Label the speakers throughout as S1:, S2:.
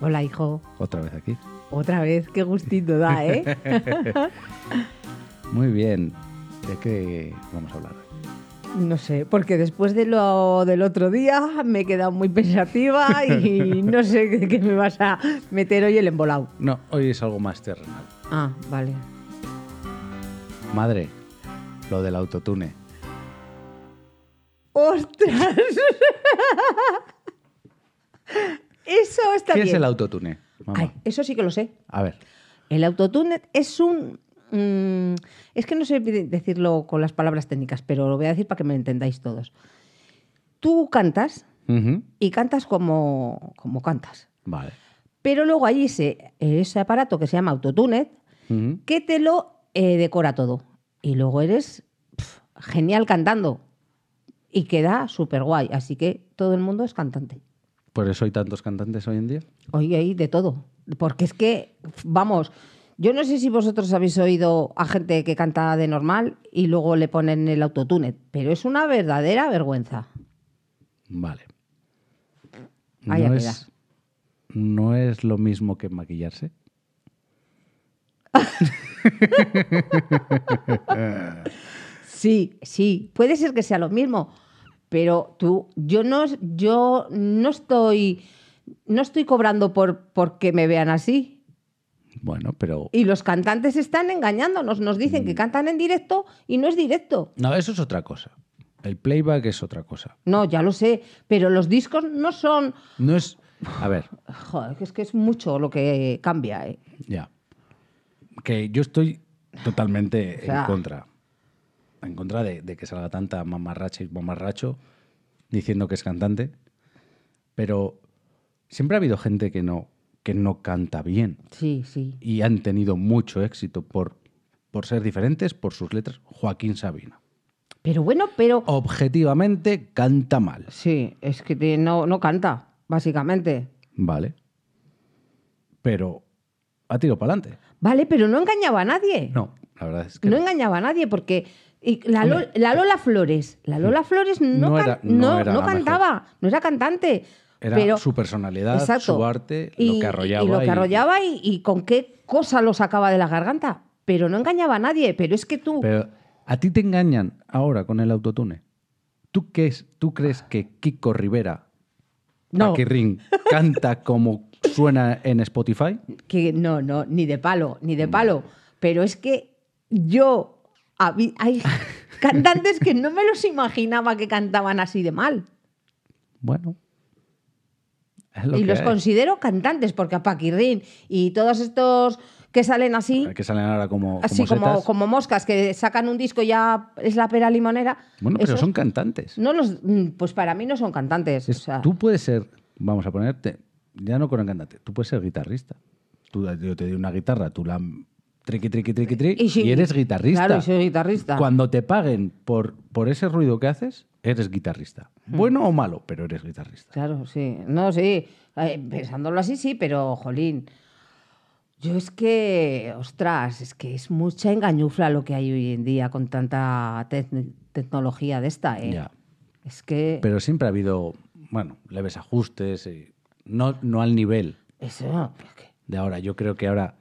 S1: Hola, hijo.
S2: Otra vez aquí.
S1: Otra vez, qué gustito da, ¿eh?
S2: Muy bien. ¿De qué vamos a hablar?
S1: No sé, porque después de lo del otro día me he quedado muy pensativa y no sé de qué me vas a meter hoy el embolado.
S2: No, hoy es algo más terrenal.
S1: Ah, vale.
S2: Madre, lo del autotune.
S1: ¡Ostras! Eso está
S2: ¿Qué
S1: bien.
S2: es el autotune? mamá?
S1: Ay, eso sí que lo sé.
S2: A ver,
S1: El autotune es un... mm, es que no sé decirlo con las palabras técnicas, pero lo voy a decir para que me entendáis todos. Tú cantas
S2: Ujú.
S1: y cantas como, como cantas.
S2: vale.
S1: Pero luego allí se, ese aparato que se llama autotune,
S2: Ujú.
S1: que te lo eh, decora todo. Y luego eres pf, genial cantando. Y queda súper guay. Así que todo el mundo es cantante.
S2: Por eso hay tantos cantantes hoy en día.
S1: Hoy hay de todo. Porque es que, vamos, yo no sé si vosotros habéis oído a gente que canta de normal y luego le ponen el autotune, pero es una verdadera vergüenza.
S2: Vale.
S1: Vaya Ah, queda.
S2: es, no es lo mismo que maquillarse.
S1: Sí, sí, puede ser que sea lo mismo, pero tú, yo no, yo no estoy, no estoy cobrando por porque me vean así.
S2: Bueno, pero.
S1: Y los cantantes están engañándonos, nos dicen que cantan en directo y no es directo.
S2: No, eso es otra cosa. El playback es otra cosa.
S1: No, ya lo sé, pero los discos no son
S2: No es. A ver,
S1: Joder, que es que es mucho lo que cambia, ¿eh?
S2: ya. Que yo estoy totalmente
S1: O sea.
S2: en contra. En contra de, de que salga tanta mamarracha y mamarracho diciendo que es cantante. Pero siempre ha habido gente que no, que no canta bien.
S1: Sí, sí.
S2: y han tenido mucho éxito por, por ser diferentes, por sus letras. Joaquín Sabina.
S1: Pero bueno, pero...
S2: Objetivamente canta mal.
S1: Sí, es que te- no, no canta, básicamente.
S2: Vale. Pero ha tirado para adelante.
S1: Vale, pero no engañaba a nadie.
S2: No, la verdad es que.
S1: No
S2: no.
S1: engañaba a nadie porque... y la, Lo- la Lola Flores, la Lola Flores no,
S2: No
S1: can-
S2: era- no
S1: no,
S2: era
S1: no
S2: la
S1: cantaba, no era cantante.
S2: Era
S1: pero,
S2: su personalidad,
S1: Exacto.
S2: su arte, lo
S1: Y-
S2: que arrollaba.
S1: Y lo
S2: y-
S1: que arrollaba y, y con qué cosa lo sacaba de la garganta. Pero no engañaba a nadie, pero es que tú...
S2: Pero a ti te engañan ahora con el autotune. ¿Tú, qué es, ¿Tú crees que Kiko Rivera,
S1: No.
S2: Paquirrín, canta como suena en Spotify?
S1: que no, no, ni de palo, ni de palo. Pero es que yo habí- hay cantantes que no me los imaginaba que cantaban así de mal.
S2: Bueno. es lo
S1: y
S2: que
S1: los
S2: hay.
S1: considero cantantes, porque a Paquirrín y todos estos que salen así,
S2: que salen ahora como,
S1: así
S2: como
S1: como,
S2: setas.
S1: como moscas que sacan un disco y ya es la pera limonera.
S2: Bueno, pero
S1: esos
S2: son cantantes.
S1: no los mm, pues para mí no son cantantes. o
S2: Es-
S1: sea,
S2: Tú puedes ser, vamos a ponerte, ya no con el cantante, tú puedes ser guitarrista. Tú, yo te doy una guitarra, tú la triqui, triqui, triqui, triqui, y,
S1: si-
S2: eres guitarrista.
S1: Claro, y soy guitarrista.
S2: Cuando te paguen por, por ese ruido que haces, eres guitarrista.
S1: Mm.
S2: Bueno o malo, pero eres guitarrista.
S1: Claro, sí. No, sí. Eh, pensándolo así, sí, pero, jolín. Yo es que, ostras, es que es mucha engañufla lo que hay hoy en día con tanta tec- tecnología de esta, ¿eh?
S2: Ya.
S1: Es que
S2: Pero siempre ha habido, bueno, leves ajustes, y no, no al nivel
S1: eso, es que-
S2: de ahora. Yo creo que ahora,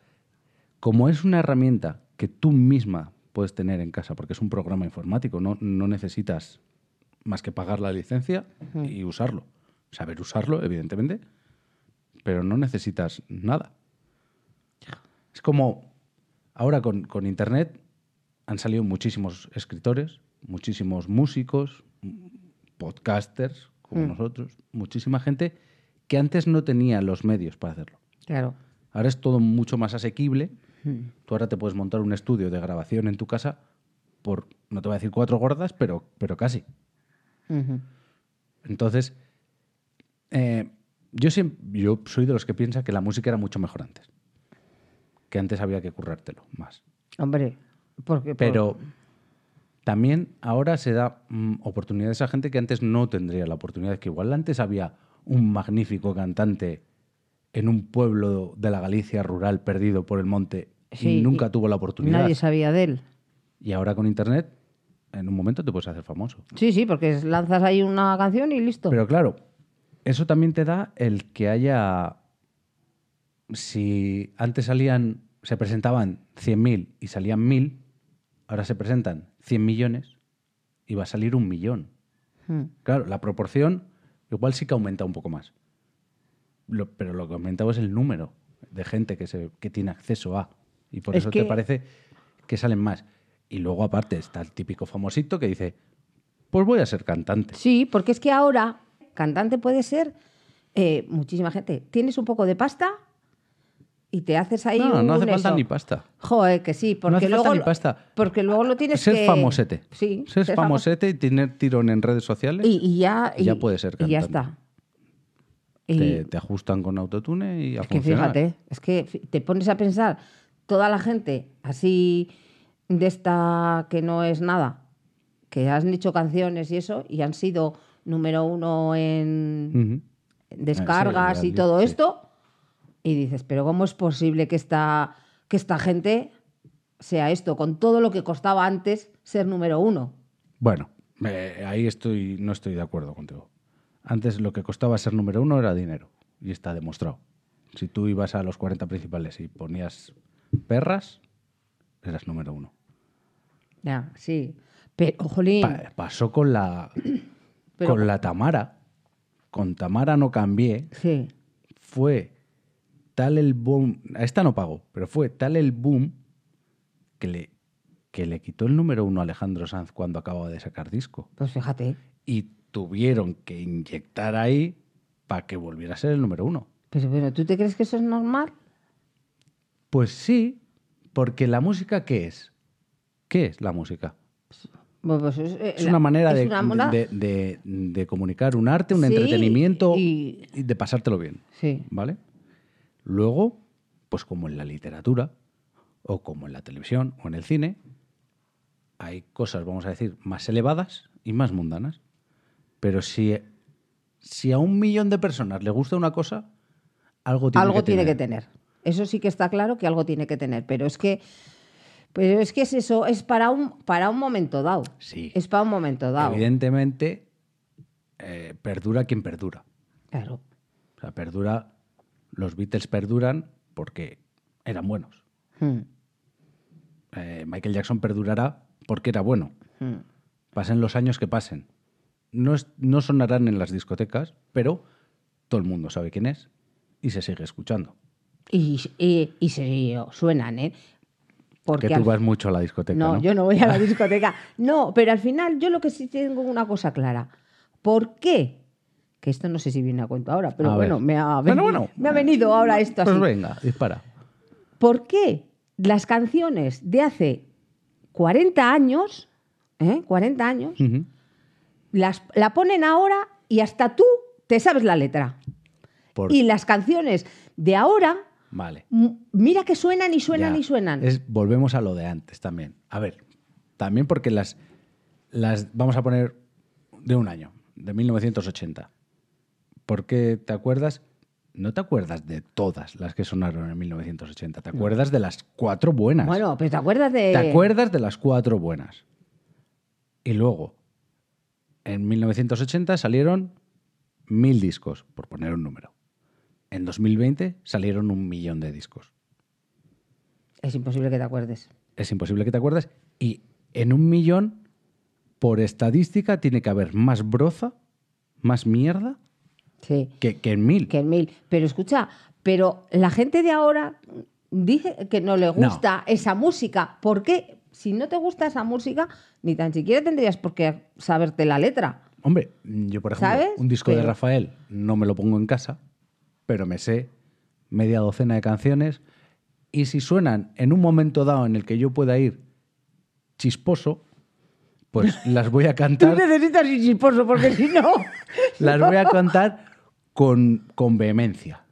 S2: como es una herramienta que tú misma puedes tener en casa, porque es un programa informático, no, no necesitas más que pagar la licencia y usarlo. Saber usarlo, evidentemente, pero no necesitas nada. Es como ahora con, con Internet han salido muchísimos escritores, muchísimos músicos, m- podcasters como nosotros, muchísima gente que antes no tenía los medios para hacerlo.
S1: claro.
S2: Ahora es todo mucho más asequible. Tú ahora te puedes montar un estudio de grabación en tu casa por, no te voy a decir cuatro gordas, pero, pero casi.
S1: Ujú.
S2: Entonces, eh, yo, siem- yo soy de los que piensa que la música era mucho mejor antes. Que antes había que currártelo más.
S1: Hombre, porque... por-
S2: Pero también ahora se da mm, oportunidades a gente que antes no tendría la oportunidad. Que igual antes había un magnífico cantante en un pueblo de la Galicia rural perdido por el monte
S1: Sí,
S2: y nunca
S1: y
S2: tuvo la oportunidad.
S1: Nadie sabía de él.
S2: Y ahora con internet, en un momento te puedes hacer famoso.
S1: Sí, sí, porque es- lanzas ahí una canción y listo.
S2: Pero claro, eso también te da el que haya si antes salían, se presentaban 100.000 y salían 1.000, ahora se presentan 100 millones y va a salir un millón.
S1: Mm.
S2: Claro, la proporción igual sí que aumenta un poco más. Lo- pero lo que ha aumentado es el número de gente que, se, que tiene acceso a. Y por
S1: Es
S2: eso
S1: que-
S2: te parece que salen más. Y luego, aparte, está el típico famosito que dice: Pues voy a ser cantante.
S1: Sí, porque es que ahora cantante puede ser eh, muchísima gente. Tienes un poco de pasta y te haces ahí
S2: No,
S1: un
S2: no hace falta
S1: eso.
S2: ni pasta.
S1: Joder, que sí, porque
S2: hace
S1: luego
S2: falta ni
S1: lo-
S2: pasta.
S1: porque luego lo tienes
S2: ser
S1: que
S2: famosete.
S1: Sí,
S2: Ser,
S1: ser famos-
S2: famosete y tener tirón en redes sociales.
S1: Y, y ya
S2: Y ya puede ser
S1: y ya está.
S2: cantante.
S1: Y
S2: te, te ajustan con autotune y a
S1: es que
S2: funcionar.
S1: fíjate, es que fi- te pones a pensar toda la gente así de esta que no es nada, que han hecho canciones y eso y han sido número uno en
S2: Ujú.
S1: descargas
S2: Mm. Sí,
S1: y todo
S2: sí.
S1: esto. Y dices, pero ¿cómo es posible que esta, que esta gente sea esto? Con todo lo que costaba antes ser número uno.
S2: Bueno, eh, ahí estoy, no estoy de acuerdo contigo. Antes lo que costaba ser número uno era dinero, y está demostrado. Si tú ibas a los 40 principales y ponías perras, eras número uno.
S1: Ya, sí. Pero, jolín,
S2: Pa- pasó con la,
S1: Pero-
S2: con la Tamara. Con Tamara no cambié.
S1: sí.
S2: Fue tal el boom. A esta no pagó, pero fue tal el boom que le, que le quitó el número uno a Alejandro Sanz cuando acababa de sacar disco.
S1: Pues fíjate,
S2: y tuvieron que inyectar ahí para que volviera a ser el número uno.
S1: pero, pero ¿tú te crees que eso es normal?
S2: Pues sí, porque la música, ¿qué es? ¿Qué es la música?
S1: Bueno, pues es, eh,
S2: Es
S1: la-
S2: una manera
S1: es
S2: de,
S1: una moda-
S2: de- de- de comunicar un arte, un
S1: Sí,
S2: entretenimiento
S1: y-
S2: y de pasártelo bien,
S1: Sí,
S2: ¿vale? Luego, pues como en la literatura, o como en la televisión, o en el cine, hay cosas, vamos a decir, más elevadas y más mundanas. Pero si, si a un millón de personas le gusta una cosa, algo tiene,
S1: algo
S2: que,
S1: tiene
S2: tener.
S1: que tener. Eso sí que está claro que algo tiene que tener, pero es que, pero es que es eso, es para un, para un momento dado.
S2: Sí.
S1: Es para un momento dado.
S2: Evidentemente, eh, perdura quien perdura.
S1: Claro.
S2: O sea, perdura, los Beatles perduran porque eran buenos.
S1: Hmm,
S2: Eh, Michael Jackson perdurará porque era bueno.
S1: hmm.
S2: Pasen los años que pasen. No, es- no sonarán en las discotecas, pero todo el mundo sabe quién es y se sigue escuchando.
S1: Y, y, y se suenan, ¿eh? Porque
S2: que
S1: al-
S2: tú vas mucho a la discoteca, ¿no?
S1: no, yo no voy a la discoteca. No, pero al final yo lo que sí tengo una cosa clara. ¿Por qué? Que esto no sé si viene a cuento ahora, pero
S2: A ver.
S1: bueno, me ha,
S2: Bueno,
S1: veni-
S2: bueno.
S1: me ha venido ahora esto
S2: Pues
S1: así.
S2: venga, dispara.
S1: ¿Por qué las canciones de hace 40 años, ¿eh? 40 años,
S2: Ujú.
S1: las, la ponen ahora y hasta tú te sabes la letra?
S2: Por-
S1: Y las canciones de ahora,
S2: Vale.
S1: m- mira que suenan y suenan
S2: Ya.
S1: y suenan.
S2: Es- volvemos a lo de antes también. A ver, también porque las, las vamos a poner de un año, de 1980. Porque te acuerdas, no te acuerdas de todas las que sonaron en 1980, te acuerdas de las cuatro buenas.
S1: Bueno, eh. pero ¿te acuerdas de...?
S2: Te acuerdas de las cuatro buenas. Y luego, en 1980 salieron mil discos, por poner un número. En 2020 salieron un millón de discos.
S1: Es imposible que te acuerdes.
S2: es imposible que te acuerdes. Y en un millón, por estadística, tiene que haber más broza, más mierda,
S1: Sí,
S2: que, que en mil.
S1: que en mil. Pero escucha, pero la gente de ahora dice que no le gusta esa música. ¿Por qué? Si no te gusta esa música, ni tan siquiera tendrías por qué saberte la letra.
S2: Hombre, yo, por ejemplo,
S1: ¿Sabes?
S2: un disco de
S1: Pero-
S2: Rafael no me lo pongo en casa, pero me sé media docena de canciones. Y si suenan en un momento dado en el que yo pueda ir chisposo, pues las voy a
S1: Tú
S2: cantar,
S1: necesitas un chisposo, porque si no...
S2: las voy a cantar con, con vehemencia.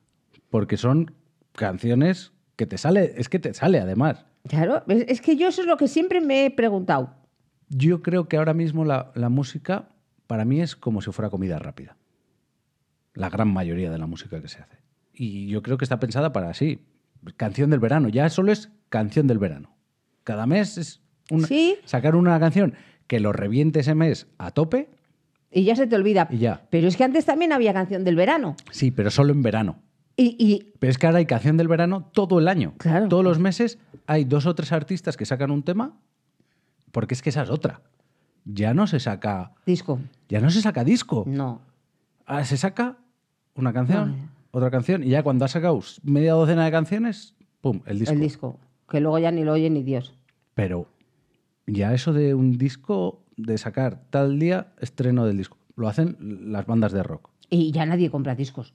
S2: Porque son canciones que te sale, es que te sale además.
S1: Claro, es es que yo eso es lo que siempre me he preguntado.
S2: Yo creo que ahora mismo la, la música para mí es como si fuera comida rápida. La gran mayoría de la música que se hace. Y yo creo que está pensada para así. Canción del verano. Ya solo es canción del verano. Cada mes es una-
S1: Sí.
S2: sacar una canción que lo reviente ese mes a tope.
S1: Y ya se te olvida.
S2: Y ya.
S1: Pero es que antes también había canción del verano.
S2: Sí, pero solo en verano.
S1: Y, y
S2: Pero es que ahora hay canción del verano todo el año.
S1: Claro.
S2: Todos los meses hay dos o tres artistas que sacan un tema, porque es que esa es otra. Ya no se saca,
S1: disco,
S2: ya no se saca disco.
S1: no.
S2: Ah, se saca una canción,
S1: Vale.
S2: otra canción, y ya cuando has sacado media docena de canciones, ¡pum! El disco.
S1: El disco. Que luego ya ni lo oye ni Dios.
S2: Pero ya eso de un disco, de sacar tal día estreno del disco, lo hacen las bandas de rock.
S1: Y ya nadie compra discos.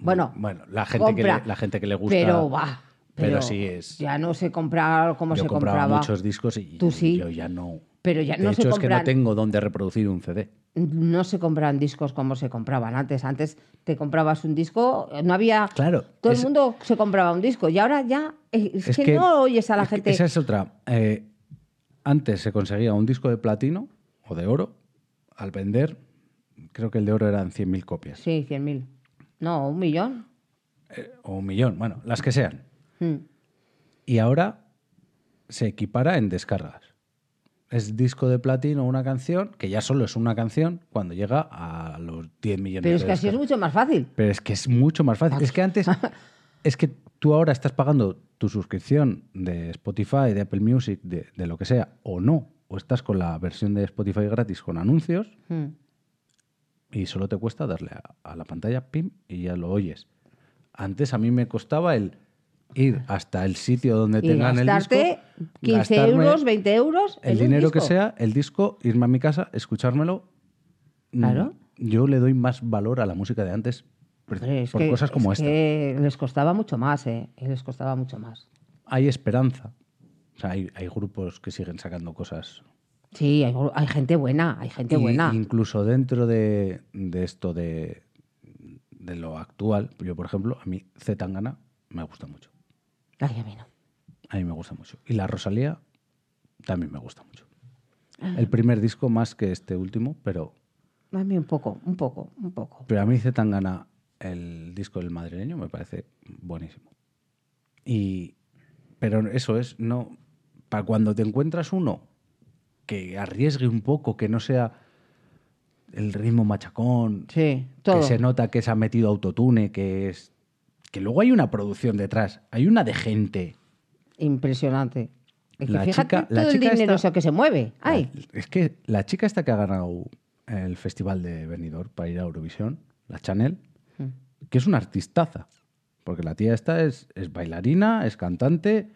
S1: Bueno,
S2: Bueno, la gente, que
S1: compra,
S2: le, la gente que le gusta.
S1: Pero va.
S2: pero sí es-
S1: Ya no se compra como
S2: yo
S1: se
S2: compraba,
S1: compraba.
S2: muchos discos y
S1: Tú sí.
S2: yo ya no.
S1: Pero ya
S2: de
S1: no
S2: hecho,
S1: se
S2: es que no
S1: compran.
S2: tengo dónde reproducir un CD.
S1: no se compran discos como se compraban antes. Antes te comprabas un disco, no había.
S2: Claro,
S1: Todo
S2: es-
S1: el mundo se compraba un disco y ahora ya. eh, Es,
S2: Es
S1: que,
S2: que-
S1: no oyes a la
S2: Es que
S1: gente.
S2: Esa es otra. Eh, antes se conseguía un disco de platino o de oro. Al vender, creo que el de oro eran 100.000 copias.
S1: Sí, 100.000. No, un millón.
S2: eh, o un millón, bueno, las que sean.
S1: Mm.
S2: Y ahora se equipara en descargas. Es disco de platino una canción, que ya solo es una canción cuando llega a los 10 millones
S1: Pero es
S2: de
S1: que así es
S2: descargas.
S1: mucho más fácil.
S2: Pero es que es mucho más fácil. Es que antes, es que tú ahora estás pagando tu suscripción de Spotify, de Apple Music, de, de lo que sea, o no. O estás con la versión de Spotify gratis con anuncios
S1: Mm.
S2: y solo te cuesta darle a, a la pantalla pim y ya lo oyes. Antes a mí me costaba el ir hasta el sitio donde
S1: Y
S2: tengan el disco,
S1: gastarte 15
S2: gastarme
S1: euros, 20 euros. en
S2: el
S1: un
S2: dinero que
S1: disco.
S2: sea, el disco, irme a mi casa, escuchármelo. Mm,
S1: Claro.
S2: Yo le doy más valor a la música de antes por,
S1: Hombre, es
S2: por
S1: que-
S2: cosas como
S1: es
S2: esta.
S1: que les costaba mucho más, ¿eh? Les costaba mucho más.
S2: hay esperanza. O sea, hay, hay grupos que siguen sacando cosas.
S1: Sí, hay, hay gente buena, hay gente
S2: Y-
S1: buena.
S2: Incluso dentro de, de esto de, de lo actual, yo por ejemplo, a mí Z Tangana me gusta mucho.
S1: Ay, a mí no.
S2: A mí me gusta mucho. Y la Rosalía también me gusta mucho. El primer disco más que este último, pero,
S1: A mí un poco, un poco, un poco.
S2: pero a mí Z Tangana, el disco del madrileño, me parece buenísimo. Y, pero eso es, no. Para cuando te encuentras uno que arriesgue un poco, que no sea el ritmo machacón,
S1: Sí, todo.
S2: que se nota que se ha metido autotune, que es. Que luego hay una producción detrás, hay una de gente.
S1: Impresionante. Es que
S2: La
S1: fíjate
S2: chica-
S1: todo
S2: la
S1: el
S2: chica
S1: dinero
S2: esta-
S1: eso que se mueve. Ay,
S2: Es que la chica esta que ha ganado el festival de Benidorm para ir a Eurovisión, la Chanel,
S1: Mm.
S2: que es una artistaza. Porque la tía esta es, es bailarina, es cantante,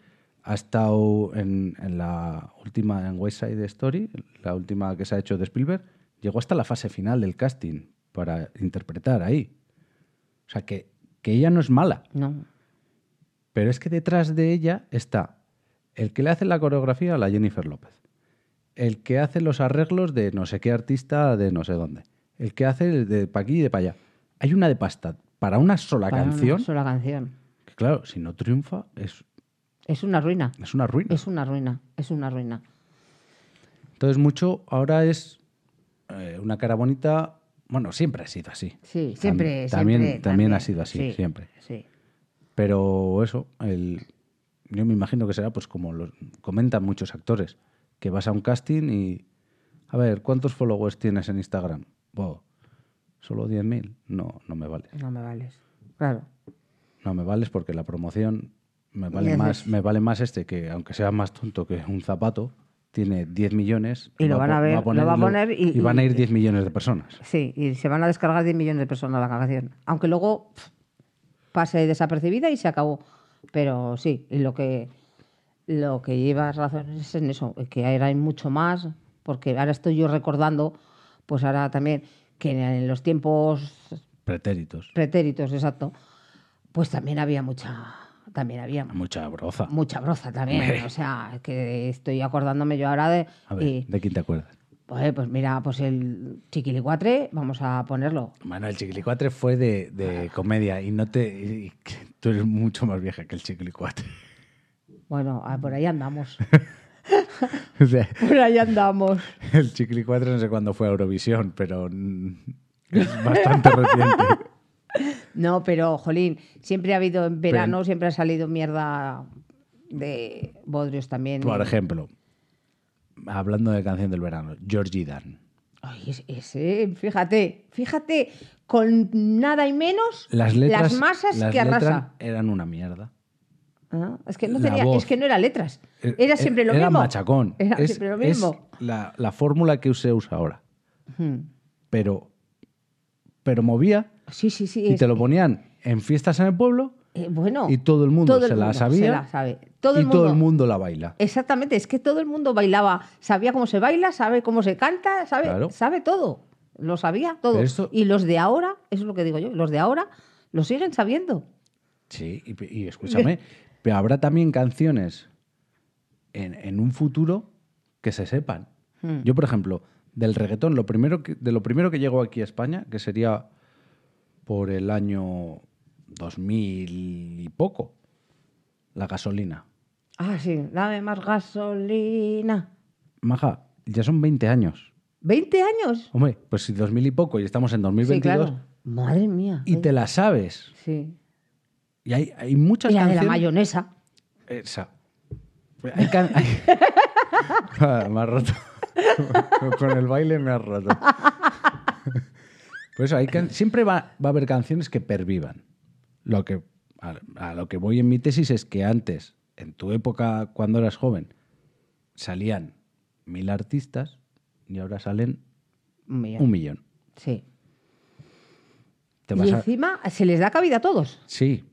S2: ha estado en, en la última, en West Side Story, la última que se ha hecho de Spielberg, llegó hasta la fase final del casting para interpretar ahí. O sea, que, que ella no es mala.
S1: no.
S2: Pero es que detrás de ella está el que le hace la coreografía a la Jennifer López, el que hace los arreglos de no sé qué artista de no sé dónde, el que hace el de pa' aquí y de pa' allá. Hay una de pasta para una sola
S1: para una
S2: canción,
S1: sola canción.
S2: que claro, si no triunfa es,
S1: Es una ruina.
S2: es una ruina.
S1: Es una ruina. Es una ruina.
S2: Entonces mucho ahora es eh, una cara bonita, bueno, siempre ha sido así.
S1: Sí, siempre.
S2: Tam- también,
S1: siempre,
S2: también ha sido así,
S1: Sí,
S2: siempre.
S1: Sí.
S2: Pero eso, el, yo me imagino que será pues como los, comentan muchos actores, que vas a un casting y, a ver, ¿cuántos followers tienes en Instagram? Bo, ¿Solo 10.000? No, no me vales.
S1: No me vales. Claro.
S2: No me vales porque la promoción me vale,
S1: Ya
S2: más,
S1: sé.
S2: me vale más este, que aunque sea más tonto que un zapato, tiene 10 millones.
S1: Y lo
S2: va
S1: van a
S2: po-
S1: ver, lo va a
S2: ponerlo-
S1: poner y-
S2: van a
S1: y-
S2: ir 10 millones de personas.
S1: Sí, y se van a descargar 10 millones de personas la canción. Aunque luego pf, pase desapercibida y se acabó. Pero sí, y lo que lo que llevas razón es en eso, que ahora hay mucho más, porque ahora estoy yo recordando, pues ahora también, que en los tiempos
S2: Pretéritos.
S1: pretéritos, exacto, pues también había mucha, también había
S2: Mucha broza.
S1: mucha broza también. O sea, que estoy acordándome yo ahora de...
S2: A ver,
S1: y,
S2: ¿de quién te acuerdas?
S1: joder, pues mira, pues el chiquilicuatre, vamos a ponerlo.
S2: Bueno, el chiquilicuatre fue de, de comedia y no te. y- y tú eres mucho más vieja que el chiquilicuatre.
S1: Bueno, ah, por ahí andamos.
S2: O sea,
S1: Por ahí andamos.
S2: el chiquilicuatre no sé cuándo fue a Eurovisión, pero mm, es bastante reciente.
S1: No, pero, jolín, siempre ha habido en verano, siempre ha salido mierda de bodrios también.
S2: Por ejemplo, hablando de canción del verano, Georgie Dan.
S1: Ay, es- ese, fíjate, fíjate, con nada y menos
S2: Las letras,
S1: masas
S2: las
S1: que
S2: letras
S1: arrasa.
S2: eran una mierda.
S1: Ah, Es que no
S2: la
S1: tenía,
S2: voz.
S1: es que no era letras,
S2: Eh,
S1: era
S2: eh,
S1: siempre lo mismo.
S2: Era machacón.
S1: Era
S2: es,
S1: siempre lo
S2: es
S1: mismo.
S2: la, la fórmula que se usa ahora.
S1: Ujú.
S2: Pero, pero movía
S1: Sí, sí, sí.
S2: y
S1: es-
S2: te lo ponían en fiestas en el pueblo
S1: eh, bueno,
S2: y todo el mundo
S1: todo
S2: se la
S1: mundo
S2: sabía
S1: se la sabe. Todo
S2: y
S1: el
S2: todo el
S1: mundo.
S2: mundo la baila.
S1: Exactamente, es que todo el mundo bailaba, sabía cómo se baila, sabe cómo se canta, sabe,
S2: Claro.
S1: sabe todo, lo sabía todo.
S2: Pero esto-
S1: Y los de ahora, eso es lo que digo yo, los de ahora lo siguen sabiendo.
S2: Sí, y, y escúchame, pero habrá también canciones en, en un futuro que se sepan.
S1: Mm.
S2: Yo, por ejemplo, del reggaetón, lo primero que, de lo primero que llegó aquí a España, que sería por el año 2000 y poco, la gasolina.
S1: Ah, sí, dame más gasolina.
S2: Maja, ya son 20 años.
S1: ¿20 años?
S2: Hombre, pues si 2000 y poco y estamos en
S1: Sí,
S2: 2022
S1: claro. Madre mía.
S2: y te la sabes.
S1: Sí.
S2: Y hay, hay muchas
S1: Y la de la
S2: canciones-
S1: mayonesa.
S2: Esa. Hay can- hay- Ah, me has roto. Con el baile me has roto. Por eso, hay can- siempre va, va a haber canciones que pervivan. Lo que, a, a lo que voy en mi tesis es que antes, en tu época cuando eras joven, salían mil artistas y ahora salen
S1: Mira,
S2: un millón.
S1: Sí.
S2: Te
S1: y
S2: vas a-
S1: encima se les da cabida a todos.
S2: Sí.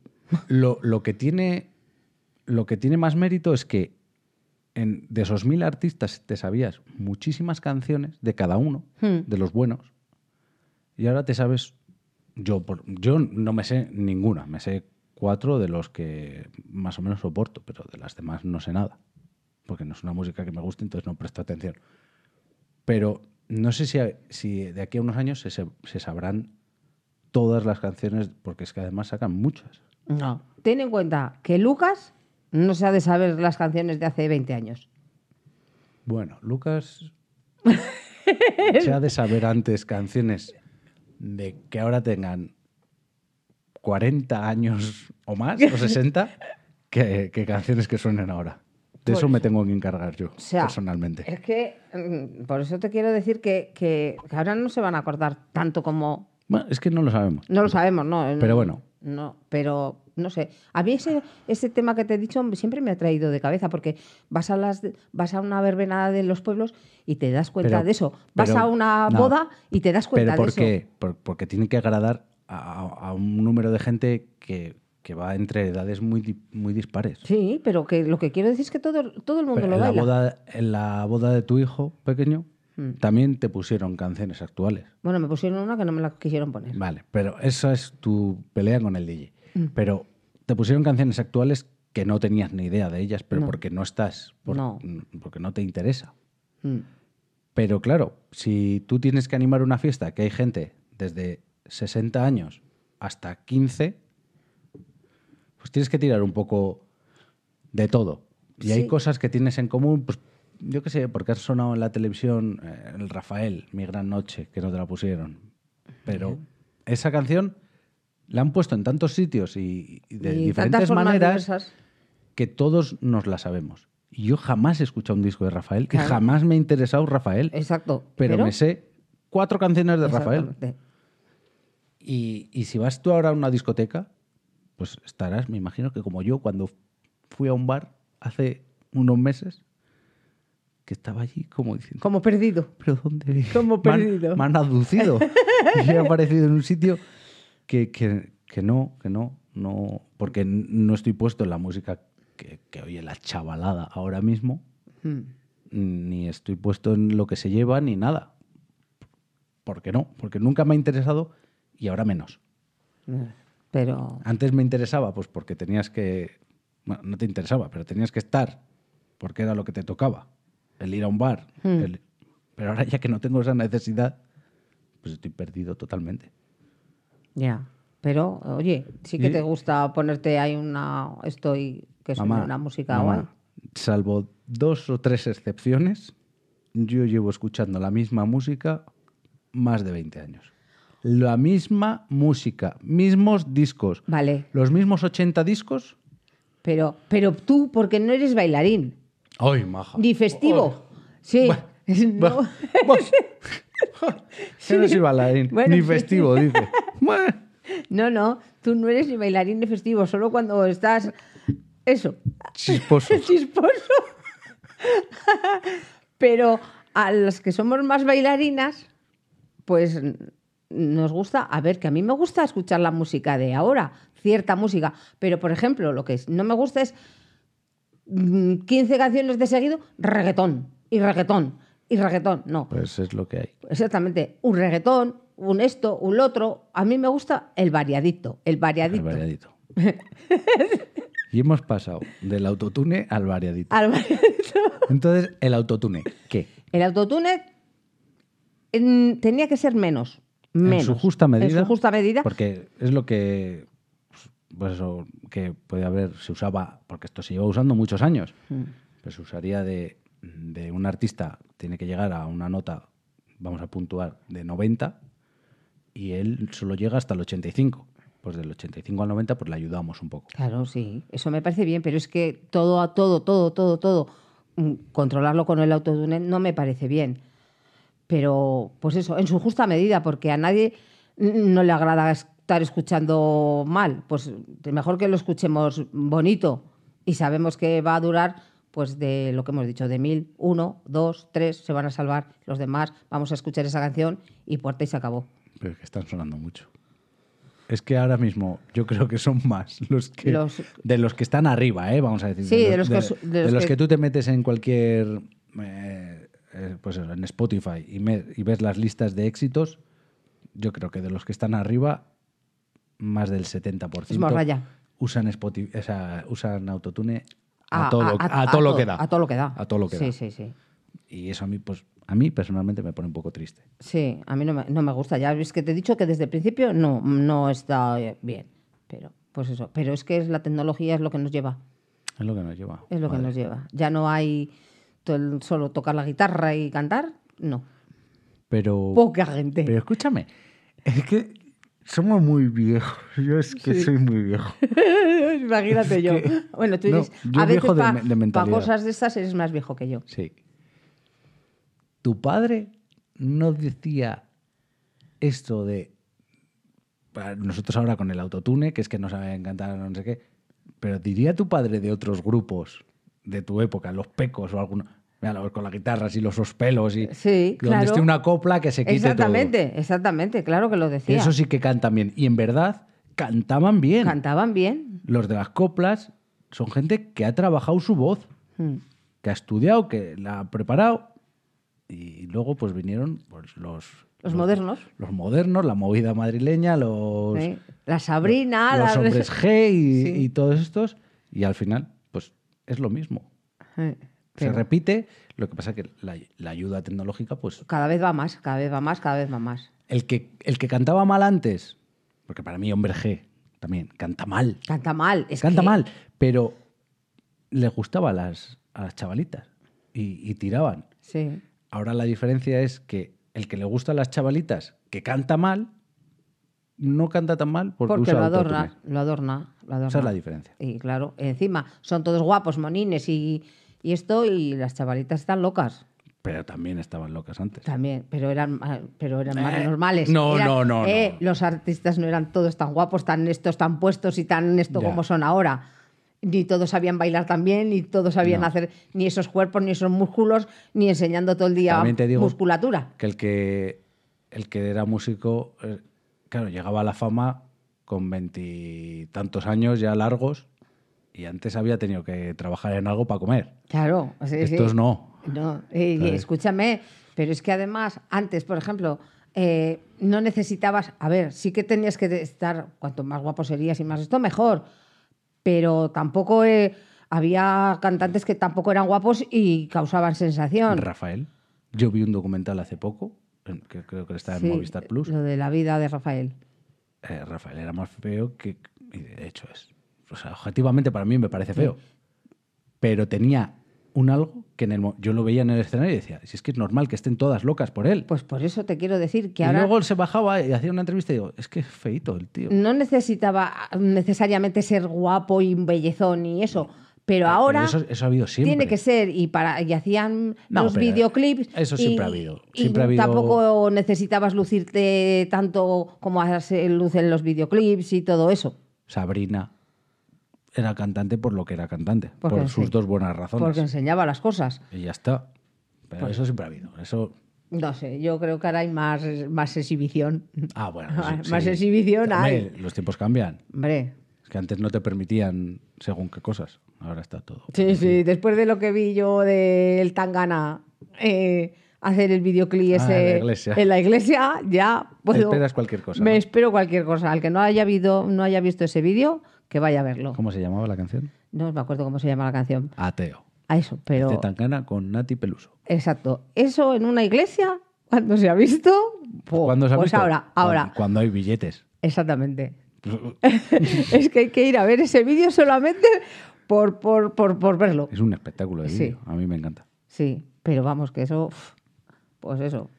S2: Lo, lo que tiene, lo que tiene más mérito es que en- de esos mil artistas te sabías muchísimas canciones de cada uno,
S1: Hmm.
S2: de los buenos, y ahora te sabes. Yo, por- yo no me sé ninguna, me sé cuatro de los que más o menos soporto, pero de las demás no sé nada, porque no es una música que me guste, entonces no presto atención. Pero no sé si, a- si de aquí a unos años se, se- se sabrán todas las canciones, porque es que además sacan muchas.
S1: No. Ten en cuenta que Lucas no se ha de saber las canciones de hace 20 años.
S2: Bueno, Lucas se ha de saber antes canciones de que ahora tengan 40 años o más, o 60, que, que canciones que suenen ahora. De eso me tengo que encargar yo,
S1: Pues sea, eh,
S2: personalmente.
S1: Es que, mm, por eso te quiero decir que, que- que ahora no se van a acordar tanto como...
S2: Bueno, es que no lo sabemos.
S1: No lo sabemos, ¿no?
S2: Pero bueno.
S1: No, pero no sé. A mí ese, ese tema que te he dicho siempre me ha traído de cabeza porque vas a, las, vas a una verbena de los pueblos y te das cuenta
S2: Pero-
S1: de eso. Vas
S2: pero-
S1: a una
S2: no.
S1: boda y te das cuenta
S2: ¿Pero por
S1: de eso.
S2: qué? Por- porque tiene que agradar a, a- a un número de gente que, que va entre edades muy, di- muy dispares.
S1: Sí, pero que lo que quiero decir es que todo, todo el mundo
S2: Pero
S1: lo
S2: en, la
S1: baila.
S2: boda, en la boda de tu hijo pequeño
S1: Mm.
S2: también te pusieron canciones actuales.
S1: Bueno, me pusieron una que no me la quisieron poner.
S2: Vale, pero esa es tu pelea con el DJ.
S1: Mm.
S2: Pero te pusieron canciones actuales que no tenías ni idea de ellas, pero
S1: No.
S2: porque no estás, por-
S1: No.
S2: porque no te interesa.
S1: Mm.
S2: Pero claro, si tú tienes que animar una fiesta que hay gente desde 60 años hasta 15, pues tienes que tirar un poco de todo. Y hay
S1: Sí.
S2: cosas que tienes en común, pues yo qué sé, porque has sonado en la televisión eh, el Rafael, Mi Gran Noche, que no te la pusieron. Pero esa canción la han puesto en tantos sitios y, y de
S1: Y tantas
S2: diferentes
S1: formas
S2: maneras
S1: diversas.
S2: que todos nos la sabemos. Y yo jamás he escuchado un disco de Rafael, que
S1: Claro.
S2: jamás me ha interesado Rafael
S1: Exacto.
S2: pero, me sé cuatro canciones de Rafael.
S1: Exactamente.
S2: Y, y si vas tú ahora a una discoteca, pues estarás, me imagino que como yo, cuando fui a un bar hace unos meses, que estaba allí como diciendo,
S1: Como perdido.
S2: ¿pero dónde? vi-
S1: Como
S2: me han-
S1: perdido.
S2: Me han aducido. y he aparecido en un sitio que, que- que no, que no, no, porque no estoy puesto en la música que- que oye la chavalada ahora mismo
S1: Mm.
S2: ni estoy puesto en lo que se lleva ni nada. ¿Por qué no? Porque nunca me ha interesado y ahora menos.
S1: Pero
S2: Antes me interesaba, pues porque tenías que. Bueno, no te interesaba, pero tenías que estar, porque era lo que te tocaba. El ir a un bar. el- Pero ahora ya que no tengo esa necesidad, pues estoy perdido totalmente.
S1: ya. Pero oye, sí que
S2: Y-
S1: te gusta ponerte ahí una estoy que es
S2: Mamá,
S1: una música
S2: mamá,
S1: guay.
S2: salvo dos o tres excepciones, yo llevo escuchando la misma música más de 20 años. La misma música, mismos discos,
S1: Vale,
S2: los mismos 80 discos.
S1: pero pero tú porque no eres bailarín
S2: ¡Ay, maja! oh.
S1: ni festivo. Sí.
S2: Buah,
S1: No.
S2: Buah, buah. Yo no soy bailarín,
S1: Bueno,
S2: ni
S1: sí.
S2: festivo, dice. Bueno,
S1: No, no, tú no eres ni bailarín ni festivo, solo cuando estás. Eso,
S2: chisposo.
S1: chisposo. Pero a las que somos más bailarinas, pues n- nos gusta, a ver, que a mí me gusta escuchar la música de ahora, cierta música, pero por ejemplo, lo que es- no me gusta es mm, 15 canciones de seguido, reggaetón, y reggaetón, y reggaetón, no.
S2: Pues es lo que hay.
S1: Exactamente, un reggaetón, un esto, un otro, a mí me gusta el variadito, el
S2: El
S1: variadito.
S2: variadito. Y hemos pasado del autotune al variadito.
S1: Al variadito.
S2: Entonces, el autotune, ¿qué?
S1: El autotune mm, tenía que ser menos. menos.
S2: En su justa medida.
S1: En su justa medida.
S2: Porque es lo que. Pues eso, que puede haber. Se usaba. Porque esto se lleva usando muchos años. Pues se usaría de, de un artista. Tiene que llegar a una nota, vamos a puntuar, de 90. Y él solo llega hasta el 85. Pues del 85 al 90, pues le ayudamos un poco.
S1: Claro, sí. Eso me parece bien, pero es que todo, a todo, todo, todo, todo, mm, controlarlo con el autotune no me parece bien. Pero, pues eso, en su justa medida, porque a nadie mm, no le agrada estar escuchando mal. Pues mejor que lo escuchemos bonito y sabemos que va a durar, pues de lo que hemos dicho, de mil, uno, dos, tres, se van a salvar los demás, vamos a escuchar esa canción y puerta y se acabó.
S2: Pero es que están sonando mucho. Es que ahora mismo yo creo que son más los que
S1: Los-
S2: de los que están arriba, ¿eh? vamos a decir.
S1: Sí, de los que su- de
S2: de
S1: los
S2: los
S1: que-
S2: que tú te metes en cualquier, eh, eh, pues eso, en Spotify y, me- y ves las listas de éxitos, yo creo que de los que están arriba, más del 70%
S1: Es morralla.
S2: usan Spotify, o sea, usan autotune a, todo, lo- a todo lo
S1: to-
S2: que da.
S1: Ah, A todo lo que da.
S2: A todo lo que da.
S1: Sí, sí, sí.
S2: Y eso a mí, pues, a mí personalmente me pone un poco triste.
S1: Sí, a mí no me, no me gusta. Ya ves que te he dicho que desde el principio no, no está eh, bien. Pero, pues eso. Pero es que es la tecnología es lo que nos lleva.
S2: Es lo que nos lleva.
S1: Es lo
S2: Madre
S1: que nos lleva. Ya no hay to- el solo tocar la guitarra y cantar. No.
S2: Pero.
S1: Poca gente.
S2: Pero escúchame, es que somos muy viejos. Yo es que soy muy viejo.
S1: Imagínate yo.
S2: que-
S1: Bueno, tú
S2: No,
S1: eres.
S2: yo
S1: a veces
S2: viejo de
S1: pa-
S2: me- de
S1: pa
S2: mentalidad.
S1: cosas de estas eres más viejo que yo.
S2: Sí. Tu padre no decía esto de. Para Nosotros ahora con el autotune, que es que nos ha encantado, no sé qué. Pero diría tu padre de otros grupos de tu época, los pecos o alguno. Mira, los- con las guitarras y los ospelos y.
S1: Sí,
S2: donde
S1: claro.
S2: esté una copla que se quite todo.
S1: Exactamente, exactamente. Claro que lo decía.
S2: Eso sí que cantan bien. Y en verdad, cantaban bien.
S1: Cantaban bien.
S2: los de las coplas son gente que ha trabajado su voz,
S1: Mm.
S2: que ha estudiado, que la ha preparado. Y luego pues vinieron pues, los,
S1: Los modernos.
S2: los modernos, la movida madrileña, los,
S1: ¿eh? La Sabrina,
S2: Pues los
S1: la-
S2: hombres G y,
S1: Sí.
S2: y todos estos. Y al final, pues es lo mismo.
S1: Eh,
S2: Se
S1: pero
S2: repite, lo que pasa que la, la ayuda tecnológica, pues
S1: cada vez va más, cada vez va más, cada vez va más.
S2: el que, el que cantaba mal antes, porque para mí hombre G también canta mal,
S1: Canta mal. Es
S2: Canta
S1: que-
S2: mal, pero les gustaba a las, a las chavalitas y, y tiraban.
S1: Sí.
S2: Ahora la diferencia es que el que le gusta a las chavalitas, que canta mal, no canta tan mal porque,
S1: Porque
S2: usa
S1: lo
S2: autotune.
S1: adorna, lo adorna, lo adorna.
S2: Esa es la diferencia.
S1: Y claro, encima son todos guapos, monines y, y esto, y las chavalitas están locas
S2: Pero también estaban locas antes.
S1: también, pero eran, ma- pero eran más normales.
S2: Eh, no,
S1: Eran-
S2: no, no,
S1: eh,
S2: no.
S1: Los artistas no eran todos tan guapos, tan estos, tan puestos y tan esto
S2: Ya.
S1: como son ahora. Ni todos sabían bailar tan bien, ni todos sabían
S2: No.
S1: hacer ni esos cuerpos, ni esos músculos, ni enseñando todo el día
S2: También te digo-
S1: musculatura.
S2: Que el que, el que era músico, eh, claro, llegaba a la fama con veintitantos años ya largos y antes había tenido que trabajar en algo para comer.
S1: Claro, o sea, sí.
S2: Estos no.
S1: No, eh,
S2: ¿Sabes?
S1: escúchame, pero es que además, antes, por ejemplo, eh, no necesitabas, a ver, sí que tenías que estar, cuanto más guapo serías y más esto, mejor, pero tampoco eh, había cantantes que tampoco eran guapos y causaban sensación.
S2: Rafael. Yo vi un documental hace poco, en- que creo que está en
S1: Sí,
S2: Movistar Plus.
S1: Lo de la vida de Rafael.
S2: Eh, Rafael era más feo que. Y de hecho es. O sea, objetivamente para mí me parece feo. Pero tenía un algo que en el, mo- yo lo veía en el escenario y decía: si es que es normal que estén todas locas por él.
S1: Pues por eso te quiero decir que
S2: y
S1: ahora
S2: luego él se bajaba y hacía una entrevista y digo: es que es feito el tío.
S1: no necesitaba necesariamente ser guapo y un bellezón y eso, Pero
S2: Pero
S1: ahora
S2: eso, eso ha habido siempre.
S1: tiene que ser y para y hacían
S2: No,
S1: los
S2: pero
S1: videoclips.
S2: eso
S1: y-
S2: siempre ha habido,
S1: y
S2: siempre ha habido-
S1: tampoco necesitabas lucirte tanto como ahora se lucen los videoclips y todo eso.
S2: Sabrina era cantante por lo que era cantante,
S1: Porque
S2: por sus
S1: sí.
S2: dos buenas razones.
S1: Porque enseñaba las cosas.
S2: Y ya está. Pero eso siempre ha habido. Eso.
S1: No sé, yo creo que ahora hay más, más exhibición.
S2: Ah, bueno.
S1: Más exhibición
S2: Hombre, Los tiempos cambian.
S1: Hombre.
S2: Es que antes no te permitían según qué cosas. Ahora está todo.
S1: Sí, sí, después de lo que vi yo del Tangana eh, hacer el videoclip
S2: Ah,
S1: ese
S2: en la iglesia.
S1: en la iglesia, ya puedo.
S2: Esperas cualquier cosa,
S1: Me
S2: ¿no?
S1: espero cualquier cosa. Al que no haya, habido, no haya visto ese vídeo, que vaya a verlo.
S2: ¿Cómo se llamaba la canción?
S1: No me acuerdo cómo se llama la canción.
S2: Ateo.
S1: A eso,
S2: De
S1: pero.
S2: Tangana con Nati Peluso.
S1: Exacto. Eso en una iglesia, cuando se ha visto. po,
S2: ¿Cuándo se ha
S1: pues
S2: visto?
S1: ahora, ahora.
S2: Cuando, cuando hay billetes.
S1: Exactamente. es que hay que ir a ver ese vídeo solamente por, por, por, por verlo.
S2: Es un espectáculo de
S1: Sí.
S2: vídeo. A mí me encanta.
S1: Sí, pero vamos, que eso. uf, Pues eso.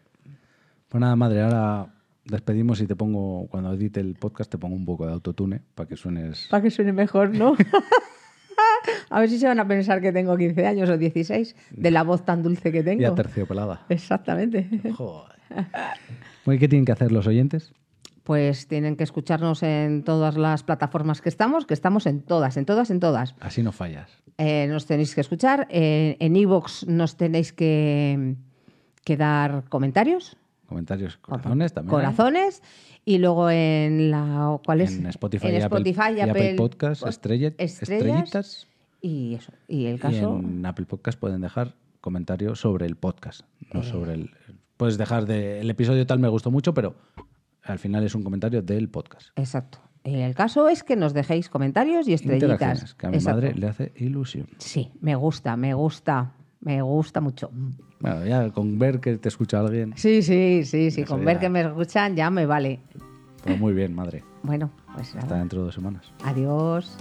S2: Pues nada, madre, ahora despedimos y te pongo, cuando edite el podcast, te pongo un poco de autotune para que suenes.
S1: Para que suene mejor, ¿no? a ver si se van a pensar que tengo 15 años o 16, de la voz tan dulce que tengo.
S2: Ya terciopelada.
S1: Exactamente.
S2: Joder. Bueno, ¿y qué tienen que hacer los oyentes?
S1: Pues tienen que escucharnos en todas las plataformas que estamos, que estamos en todas, en todas, en todas.
S2: Así no fallas.
S1: Eh, nos tenéis que escuchar. eh, en Evox nos tenéis que, que dar comentarios,
S2: Comentarios, corazones también. ¿eh?
S1: corazones. Y luego en la. ¿Cuál es?
S2: En Spotify,
S1: En
S2: y, Apple,
S1: Spotify
S2: y Apple Podcast,
S1: Pod-
S2: estrella- estrellitas.
S1: Y eso. Y el
S2: Y
S1: caso.
S2: en Apple Podcast pueden dejar comentarios sobre el podcast, no sobre el. Puedes dejar de. El episodio tal me gustó mucho, pero al final es un comentario del podcast.
S1: Exacto. Y el caso es que nos dejéis comentarios y
S2: Interacciones,
S1: estrellitas.
S2: que a mi
S1: Exacto.
S2: madre le hace ilusión.
S1: Sí, me gusta, me gusta. Me gusta mucho.
S2: Bueno, ya con ver que te escucha alguien,
S1: Sí, sí, sí, sí.
S2: Eso
S1: Con
S2: ya.
S1: ver que me escuchan ya me vale.
S2: pues muy bien, madre.
S1: Bueno, pues
S2: Hasta
S1: nada.
S2: dentro de dos semanas.
S1: Adiós.